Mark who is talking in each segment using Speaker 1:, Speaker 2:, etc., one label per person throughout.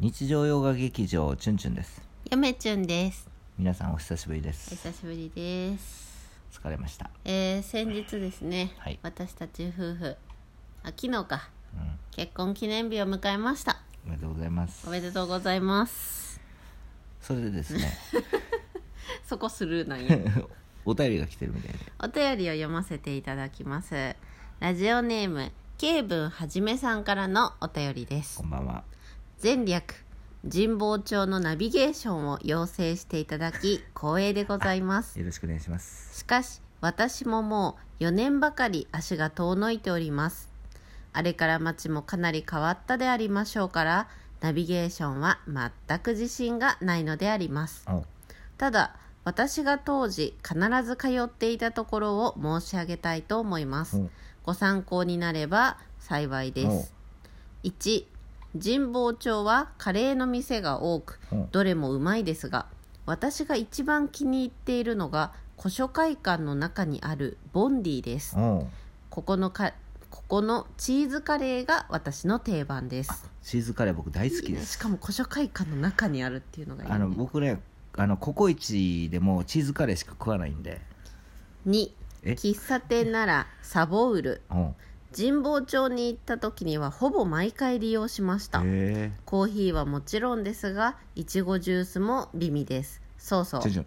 Speaker 1: 日常洋画劇場チュンチュンです
Speaker 2: やめちゅんです。
Speaker 1: 皆さんお久しぶりで
Speaker 2: お
Speaker 1: す
Speaker 2: 久しぶりです。
Speaker 1: 疲れました
Speaker 2: えー、先日ですね、
Speaker 1: はい
Speaker 2: 私たち夫婦、あ、昨日か、結婚記念日を迎えました。
Speaker 1: おめでとうございます
Speaker 2: おめでとうございます。
Speaker 1: それでですね
Speaker 2: そこスルーなんや。
Speaker 1: お便りが来てるみたいで
Speaker 2: お便りを読ませていただきます。ラジオネーム、ケイブンはじめさんからのお便りです
Speaker 1: こ。んばんは
Speaker 2: 前略神保町のナビゲーションを要請していただき光栄でございます
Speaker 1: よろしくお願いします
Speaker 2: しかし私ももう4年ばかり足が遠のいておりますあれから街もかなり変わったでありましょうからナビゲーションは全く自信がないのであります
Speaker 1: お
Speaker 2: ただ私が当時必ず通っていたところを申し上げたいと思います
Speaker 1: お
Speaker 2: ご参考になれば幸いです1神保町はカレーの店が多く
Speaker 1: うん
Speaker 2: どれもうまいですが私が一番気に入っているのが古書会館の中にあるボンディです
Speaker 1: お
Speaker 2: ここのかここのチーズカレーが私の定番です
Speaker 1: チーズカレー僕大好き
Speaker 2: い
Speaker 1: で
Speaker 2: いね
Speaker 1: す
Speaker 2: しかも古書会館の中にあるっていうのがいい、ね、
Speaker 1: あの僕ねあのココイチでもチーズカレーしか食わないんで
Speaker 2: 2
Speaker 1: え
Speaker 2: 喫茶店ならサボウル
Speaker 1: お
Speaker 2: 神保町に行った時にはほぼ毎回利用しました
Speaker 1: へえ
Speaker 2: コーヒーはもちろんですがいちごジュースも美味ですそうそう
Speaker 1: チュンチュン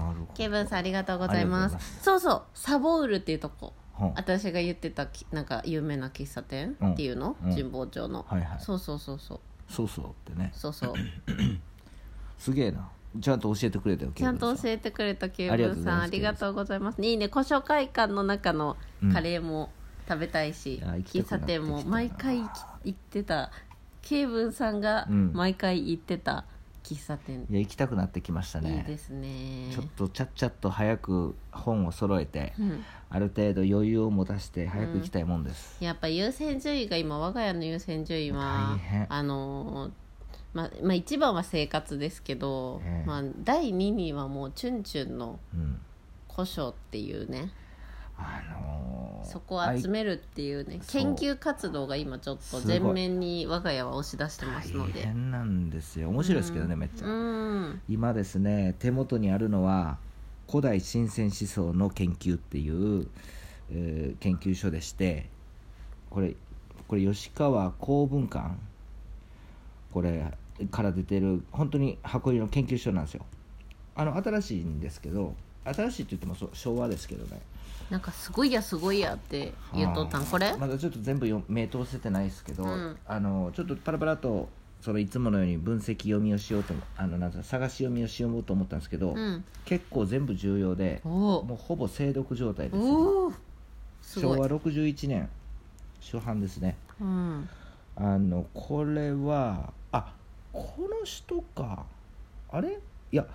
Speaker 1: なるほど
Speaker 2: ケイブンさんありがとうございます
Speaker 1: ありがとうございます
Speaker 2: そうそうサボウルっていうとこ
Speaker 1: おはい
Speaker 2: 私が言ってたきなんか有名な喫茶店
Speaker 1: うん
Speaker 2: っていうの、
Speaker 1: うん
Speaker 2: 神保町の、
Speaker 1: はい
Speaker 2: そうそうそうそう
Speaker 1: そうそうってね
Speaker 2: そ うそう
Speaker 1: すげえなちゃんと教えてくれたよ
Speaker 2: ちゃんと
Speaker 1: え
Speaker 2: 教えてくれたケイ
Speaker 1: ありが
Speaker 2: ブ
Speaker 1: とうご
Speaker 2: ン
Speaker 1: ざい
Speaker 2: さん
Speaker 1: ます
Speaker 2: ありがとうございますいいね古書会館の中のカレーも食べたいし、
Speaker 1: うんいや行き
Speaker 2: 喫
Speaker 1: たくなってきた
Speaker 2: 茶店も毎回行き行ってたケイブンさんが
Speaker 1: うん
Speaker 2: 毎回行ってた喫茶店、
Speaker 1: いや行きたくなってきました
Speaker 2: い
Speaker 1: ね
Speaker 2: いですね
Speaker 1: ちょっとちゃっちゃっと早く本を揃えて、
Speaker 2: うん
Speaker 1: ある程度余裕を持たせて早く行きたいもんです、
Speaker 2: やっぱ優先順位が今我が家の優先順位は
Speaker 1: 大変
Speaker 2: あのーままあ、一番は生活ですけど、
Speaker 1: ええ
Speaker 2: まあ、第2にはもうチュンチュンの
Speaker 1: うん
Speaker 2: 古書っていうね
Speaker 1: あのー
Speaker 2: そこを集めるっていうね
Speaker 1: あい
Speaker 2: 研究活動が今ちょっと全面に我が家は押し出して
Speaker 1: あ
Speaker 2: ま
Speaker 1: い
Speaker 2: すの
Speaker 1: 大
Speaker 2: で
Speaker 1: 変なんですよ面白いですけどね、めっちゃ、
Speaker 2: うん
Speaker 1: 今ですね手元にあるのは古代神仙思想の研究っていう、えー研究所でしてこれこれ吉川公文館これから出てる本当に箱入りの研究所なんですよあの新しいんですけど新しいって言ってもそう昭和ですけどね
Speaker 2: なんか「すごいやすごいや」って言っとったんこれ
Speaker 1: まだちょっと全部よ目通せてないですけど、
Speaker 2: うん
Speaker 1: あのちょっとパラパラとそのいつものように分析読みをしようとあのなんか探し読みをしようと思ったんですけど、
Speaker 2: うん
Speaker 1: 結構全部重要で
Speaker 2: おお
Speaker 1: もうほぼ静読状態ですよ
Speaker 2: おーす
Speaker 1: 昭
Speaker 2: ご
Speaker 1: 和
Speaker 2: い、
Speaker 1: 61年初版ですね
Speaker 2: うん、
Speaker 1: あのこれはあこの人かあれいや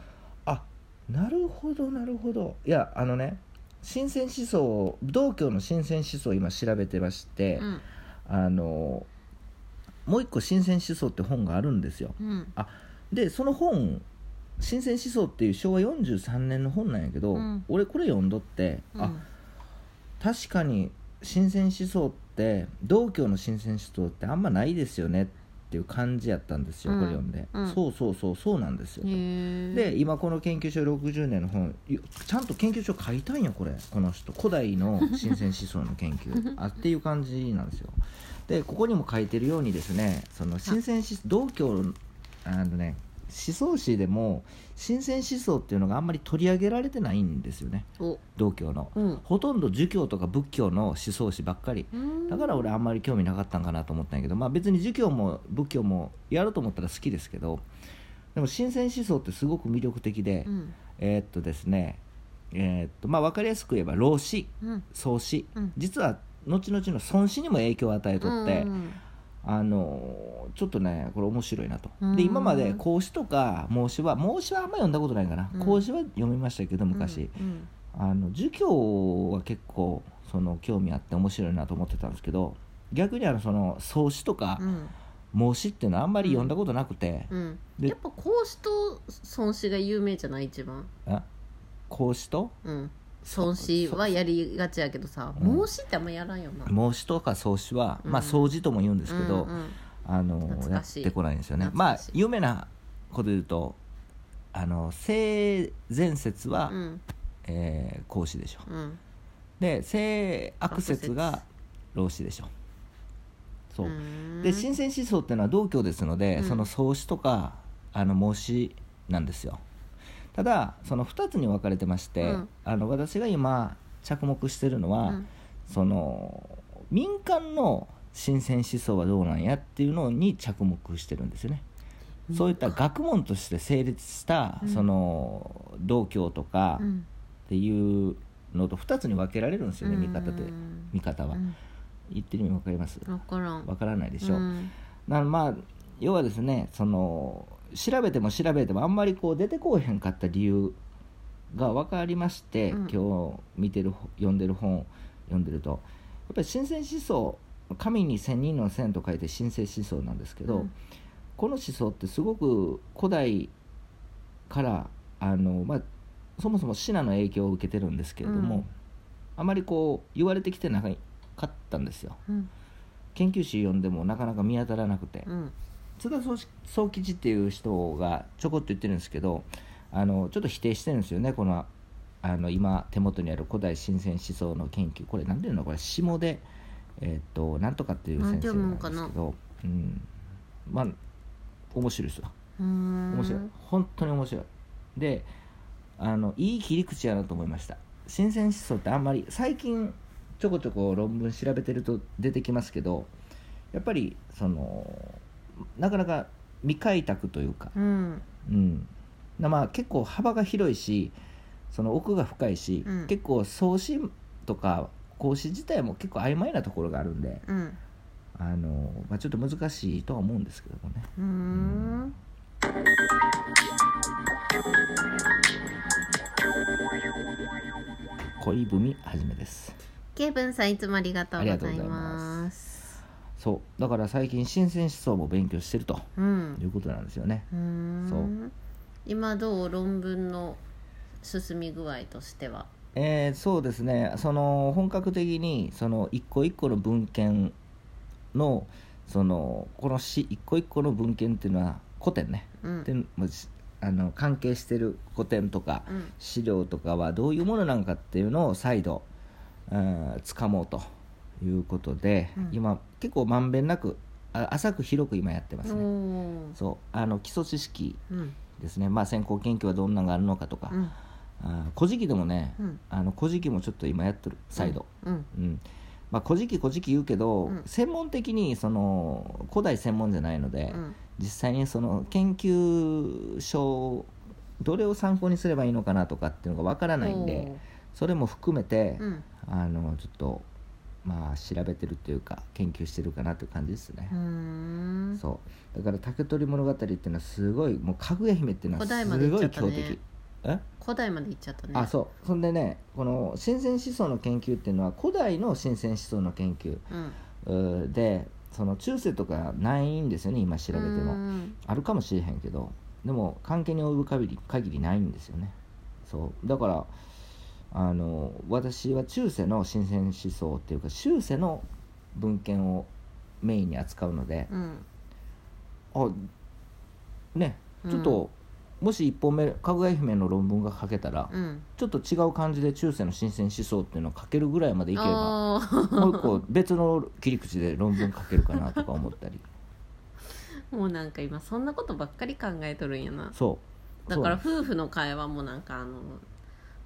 Speaker 1: あなるほどなるほどいやあのね新鮮思想を道教の新鮮思想を今調べてまして、
Speaker 2: うん
Speaker 1: あのもう一個「新鮮思想」って本があるんですよ
Speaker 2: うん
Speaker 1: でその本「新鮮思想」っていう昭和43年の本なんやけど、
Speaker 2: うん
Speaker 1: 俺これ読んどって、
Speaker 2: う
Speaker 1: あ
Speaker 2: ん
Speaker 1: 確かに新鮮思想って道教の新鮮思想ってあんまないですよねっていう感じやったんですよ、
Speaker 2: うん
Speaker 1: これ読んで、
Speaker 2: うん
Speaker 1: そうそうそうそうなんですよ、
Speaker 2: へえ
Speaker 1: で今この研究所60年の本いちゃんと研究所書いたんやこれこの人古代の神仙思想の研 究あっていう感じなんですよでここにも書いてるようにですねその神仙思道教のあのね思想史でも神仙思想っていうのがあんまり取り上げられてないんですよね
Speaker 2: お
Speaker 1: 道教の、
Speaker 2: うん
Speaker 1: ほとんど儒教とか仏教の思想史ばっかりだから俺あんまり興味なかったんかなと思ったんやけど、まあ、別に儒教も仏教もやろうと思ったら好きですけどでも神仙思想ってすごく魅力的で、
Speaker 2: うん
Speaker 1: えーっとですねえーっとまあ分かりやすく言えば老子
Speaker 2: うん
Speaker 1: 創子、
Speaker 2: うん
Speaker 1: 実は後々の孫子にも影響を与えとって、
Speaker 2: うん
Speaker 1: あのーちょっとねこれ面白いなと
Speaker 2: う
Speaker 1: で
Speaker 2: ん
Speaker 1: 今まで孔子とか孟子は孟子はあんま読んだことないかな、
Speaker 2: うん
Speaker 1: 孔子は読みましたけど昔、
Speaker 2: うん
Speaker 1: あの儒教は結構その興味あって面白いなと思ってたんですけど逆にあのその創始とか
Speaker 2: うん
Speaker 1: 孟子っていうのはあんまり読んだことなくて、
Speaker 2: うん
Speaker 1: で
Speaker 2: やっぱ孔子と孫子が有名じゃない一番
Speaker 1: あ孔子と
Speaker 2: うん孫子はやりがちやけどさ
Speaker 1: うん
Speaker 2: 孟子ってあんまやらんよな
Speaker 1: 孟子とか創始は、まあ
Speaker 2: うん
Speaker 1: 創始とも言うんですけど、
Speaker 2: うんうん
Speaker 1: あのや
Speaker 2: 懐か
Speaker 1: っ
Speaker 2: しい
Speaker 1: てこないんですよね
Speaker 2: 懐
Speaker 1: ま
Speaker 2: か
Speaker 1: あ
Speaker 2: しい
Speaker 1: 有名なことで言うとあの性善説は、
Speaker 2: うん
Speaker 1: えー孔子でしょ
Speaker 2: うん
Speaker 1: で性悪説が
Speaker 2: 悪
Speaker 1: 老子でしょそう、
Speaker 2: ーん
Speaker 1: で神仙思想っていうのは道教ですので、
Speaker 2: うん
Speaker 1: その創始とかあの申しなんですよただその2つに分かれてまして、
Speaker 2: うん
Speaker 1: あの私が今着目してるのは、
Speaker 2: うん
Speaker 1: その民間の神仙思想はどうなんやっていうのに着目してるんですよねそういった学問として成立した、
Speaker 2: うん
Speaker 1: その道教とか
Speaker 2: うん
Speaker 1: っていうのと2つに分けられるんですよね、見方で
Speaker 2: うん
Speaker 1: 見方は、
Speaker 2: うん
Speaker 1: 言ってる意味分かります
Speaker 2: わからん
Speaker 1: 分からないで
Speaker 2: で
Speaker 1: しょ、なまあ要はですねその調べても調べてもあんまりこう出てこうへんかった理由が分かりまして、
Speaker 2: うん
Speaker 1: 今日見てる読んでる本読んでるとやっぱり神仙思想神に千人の千と書いて神仙思想なんですけど、
Speaker 2: うん
Speaker 1: この思想ってすごく古代からあの、まあ、そもそもシナの影響を受けてるんですけれども、
Speaker 2: うん
Speaker 1: あまりこう言われてきてなかったんですよ
Speaker 2: うん
Speaker 1: 研究誌読んでもなかなか見当たらなくて、
Speaker 2: うん
Speaker 1: 津田総吉っていう人がちょこっと言ってるんですけどあのちょっと否定してるんですよねこのあの今手元にある古代神仙思想の研究これ何ていうのこれ下でえっとなんとかっていう先生なんですけ
Speaker 2: なんて読む
Speaker 1: どうんまあ面白いですよ
Speaker 2: うーん
Speaker 1: 面白い本当に面白いであのいい切り口やなと思いました神仙思想ってあんまり最近ちょこちょこ論文調べてると出てきますけどやっぱりそのなかなか未開拓というか、
Speaker 2: うん
Speaker 1: うん、なまあ結構幅が広いしその奥が深いし、
Speaker 2: うん
Speaker 1: 結構創始とか講師自体も結構曖昧なところがあるんで
Speaker 2: うん
Speaker 1: あの、まあ、ちょっと難しいとは思うんですけどもね
Speaker 2: うーん
Speaker 1: 恋文はじめです
Speaker 2: ケイブンさんいつもありがとうござ
Speaker 1: ありが
Speaker 2: い
Speaker 1: とうござい
Speaker 2: ま
Speaker 1: ますそうだから最近神仙思想も勉強してると
Speaker 2: うん
Speaker 1: いうことなんですよね
Speaker 2: うーん
Speaker 1: そう
Speaker 2: 今どう論文の進み具合としては
Speaker 1: えーそうですねその本格的にその一個一個の文献のそのこの詩一個一個の文献っていうのは古典ね
Speaker 2: うん
Speaker 1: でもうしあの関係してる古典とか
Speaker 2: うん
Speaker 1: 資料とかはどういうものなのかっていうのを再度つかもうということで、
Speaker 2: うん
Speaker 1: 今結構まんべんなくあ浅く広く今やってますね、
Speaker 2: おー
Speaker 1: そうあの基礎知識
Speaker 2: うん
Speaker 1: ですね、まあ、先行研究はどんなのがあるのかとか、
Speaker 2: うん
Speaker 1: あー古事記でもね、
Speaker 2: うん
Speaker 1: あの古事記もちょっと今やってる再度、
Speaker 2: うん
Speaker 1: うんまあ、古事記古事記言うけど、
Speaker 2: うん
Speaker 1: 専門的にその古代専門じゃないので、
Speaker 2: うん
Speaker 1: 実際にその研究所どれを参考にすればいいのかなとかっていうのがわからないんでそれも含めて、
Speaker 2: おーうん
Speaker 1: あのちょっとまあ調べてるっていうか研究してるかなという感じですね
Speaker 2: うー、ん
Speaker 1: そうだから「竹取物語」っていうのはすごいもうかぐや姫っていうのは
Speaker 2: 古代まです行
Speaker 1: ご
Speaker 2: っちゃ
Speaker 1: い
Speaker 2: ったね
Speaker 1: 強敵、え
Speaker 2: 古代まで行っちゃったね
Speaker 1: あそうそんでねこの神仙思想の研究っていうのは古代の神仙思想の研究
Speaker 2: うん
Speaker 1: うーでその中世とかないんですよね今調べて
Speaker 2: うー
Speaker 1: も
Speaker 2: ん
Speaker 1: あるかもしれへんけどでも関係に及ぶ限り限りないんですよねそうだからあの私は中世の神仙思想っていうか中世の文献をメインに扱うので、
Speaker 2: うん
Speaker 1: あねちょっと、もし1本目かぐや姫の論文が書けたら、
Speaker 2: うん
Speaker 1: ちょっと違う感じで中世の新鮮思想っていうのを書けるぐらいまでいけば
Speaker 2: おー
Speaker 1: も う一個別の切り口で論文書けるかなとか思った り
Speaker 2: もうなんか今そんなことばっかり考えとるんやな
Speaker 1: そう
Speaker 2: だから
Speaker 1: そう
Speaker 2: 夫婦の会話もなんかあの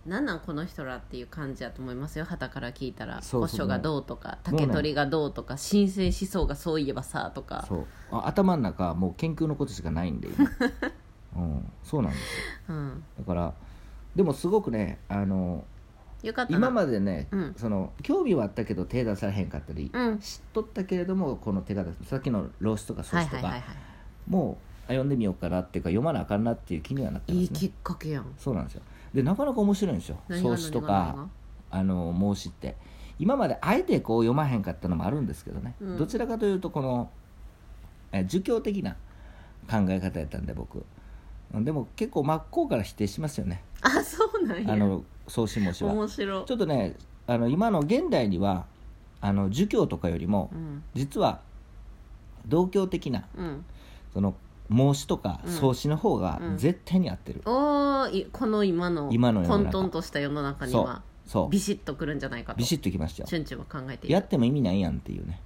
Speaker 2: なんなんこの人らっていう感じやと思いますよ旗から聞いたら
Speaker 1: そう
Speaker 2: 古
Speaker 1: そう
Speaker 2: 書がどうとか
Speaker 1: もうね
Speaker 2: 竹取がどうとか神聖思想がそういえばさとか
Speaker 1: そうあ頭の中もう研究のことしかないん で今、うん、そうなんですよ
Speaker 2: うん
Speaker 1: だからでもすごくねあの
Speaker 2: よかったな
Speaker 1: 今までね、
Speaker 2: うん
Speaker 1: その興味はあったけど手出されへんかったり、
Speaker 2: うん
Speaker 1: 知っとったけれどもこの手が出すさっきのロースとかソ
Speaker 2: はい
Speaker 1: ースと
Speaker 2: は
Speaker 1: か、
Speaker 2: いはいは
Speaker 1: もうあ読んでみようかなっていうか読まなあかんなっていう気にはなって
Speaker 2: い
Speaker 1: ますね
Speaker 2: いいきっかけやん
Speaker 1: そうなんですよでなかなか面白いんですよ
Speaker 2: 何が
Speaker 1: 創始と
Speaker 2: 何が
Speaker 1: かあの孟子って今まであえてこう読まへんかったのもあるんですけどね、
Speaker 2: うん
Speaker 1: どちらかというとこのえ儒教的な考え方やったんで僕うんでも結構真っ向から否定しますよね
Speaker 2: 何があそうなんや
Speaker 1: あの創始孟子は
Speaker 2: 面白
Speaker 1: ちょっとねあの今の現代にはあの儒教とかよりも
Speaker 2: うん
Speaker 1: 実は同居的な
Speaker 2: うん、
Speaker 1: その孟子とか
Speaker 2: うん
Speaker 1: 創始の方が
Speaker 2: うん
Speaker 1: 絶対に合ってる、
Speaker 2: おーいこの今の
Speaker 1: 今の世の
Speaker 2: 混
Speaker 1: 中
Speaker 2: 沌とした世の中に
Speaker 1: そ
Speaker 2: は
Speaker 1: うそう
Speaker 2: ビシッとくるんじゃないかと
Speaker 1: ビシッときましたよ
Speaker 2: チュンチュンは考えている
Speaker 1: やっても意味ないやんっていうね、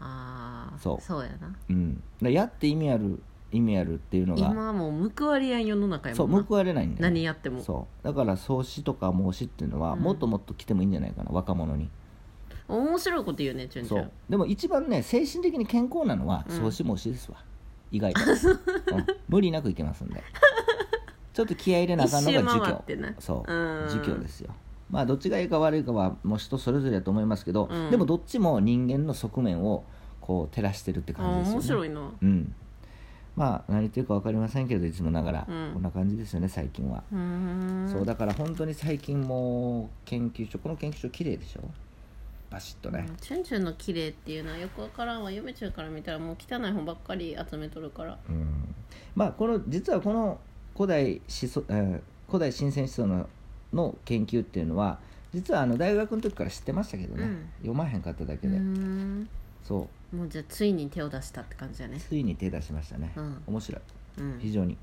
Speaker 2: ああ
Speaker 1: そう
Speaker 2: やな
Speaker 1: うん、だからやって意味ある意味あるっていうのが
Speaker 2: 今はもう報われやん世の中や
Speaker 1: そ
Speaker 2: も
Speaker 1: うん
Speaker 2: な
Speaker 1: 報われないんだよ
Speaker 2: 何やっても
Speaker 1: そうだから創始とか孟子っていうのは、
Speaker 2: うん
Speaker 1: もっともっと来てもいいんじゃないかな若者に
Speaker 2: 面白いこと言うねチュンチ
Speaker 1: そ
Speaker 2: ュ
Speaker 1: う
Speaker 2: ン
Speaker 1: でも一番ね精神的に健康なのは
Speaker 2: うん
Speaker 1: 創始孟子ですわ、意外と、うん無理なくいけますんでちょっと気合い入れなあ
Speaker 2: 一
Speaker 1: かんの
Speaker 2: 周
Speaker 1: が儒
Speaker 2: 回っ
Speaker 1: 教
Speaker 2: てね
Speaker 1: そう
Speaker 2: うん
Speaker 1: 儒教ですよまあどっちがいいか悪いかはもう人それぞれだと思いますけど、
Speaker 2: うん
Speaker 1: でもどっちも人間の側面をこう照らしてるって
Speaker 2: あー
Speaker 1: 感じですよね
Speaker 2: 面白いな
Speaker 1: うんまあ何言ってるか分かりませんけどいつもながら、
Speaker 2: うん
Speaker 1: こんな感じですよね最近は、
Speaker 2: うーん
Speaker 1: そうだから本当に最近もう研究所この研究所綺麗でしょバシッとね、
Speaker 2: うんチュンチュンの綺麗っていうのはよくわからんわ嫁ちゃんから見たらもう汚い本ばっかり集めとるから
Speaker 1: うんまあこの実はこの古代思想、えー古代神仙思想のの研究っていうのは実はあの大学の時から知ってましたけどね、
Speaker 2: うん
Speaker 1: 読まへんかっただ
Speaker 2: う
Speaker 1: け
Speaker 2: ー
Speaker 1: で、
Speaker 2: ん
Speaker 1: そ
Speaker 2: もうじゃあついに手を出したって感じだ
Speaker 1: う
Speaker 2: ね
Speaker 1: ついに手出しましたね、
Speaker 2: うん
Speaker 1: 面白いう非
Speaker 2: ん
Speaker 1: 常に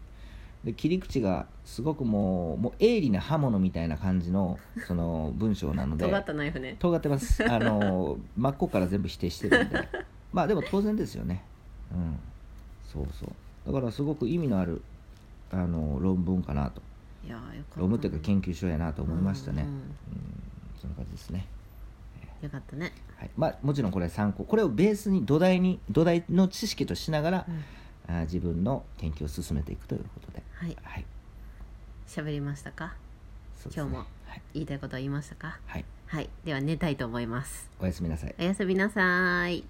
Speaker 1: で切り口がすごくもうもう鋭利な刃物みたいな感じのその文章なので
Speaker 2: 尖ったナイフね
Speaker 1: 尖ってますあの真っ向から全部否定してるん でまあでも当然ですよねうんそうそうだからすごく意味のあるあの論文かなと
Speaker 2: いやーよかった
Speaker 1: 論文というか研究所やなと思いましたね
Speaker 2: うんうん
Speaker 1: うんそんな感じですね、
Speaker 2: よかったね
Speaker 1: はい、まあもちろんこれ参考これをベースに土台に土台の知識としながら
Speaker 2: う、ん
Speaker 1: あー自分の研究を進めていくということで
Speaker 2: はい
Speaker 1: はい
Speaker 2: 喋りましたか
Speaker 1: そうですね
Speaker 2: 今日も
Speaker 1: はい、
Speaker 2: 言いたいことは言いましたか
Speaker 1: はい、
Speaker 2: はいでは寝たいと思います
Speaker 1: おやすみなさい
Speaker 2: おやすみなさーい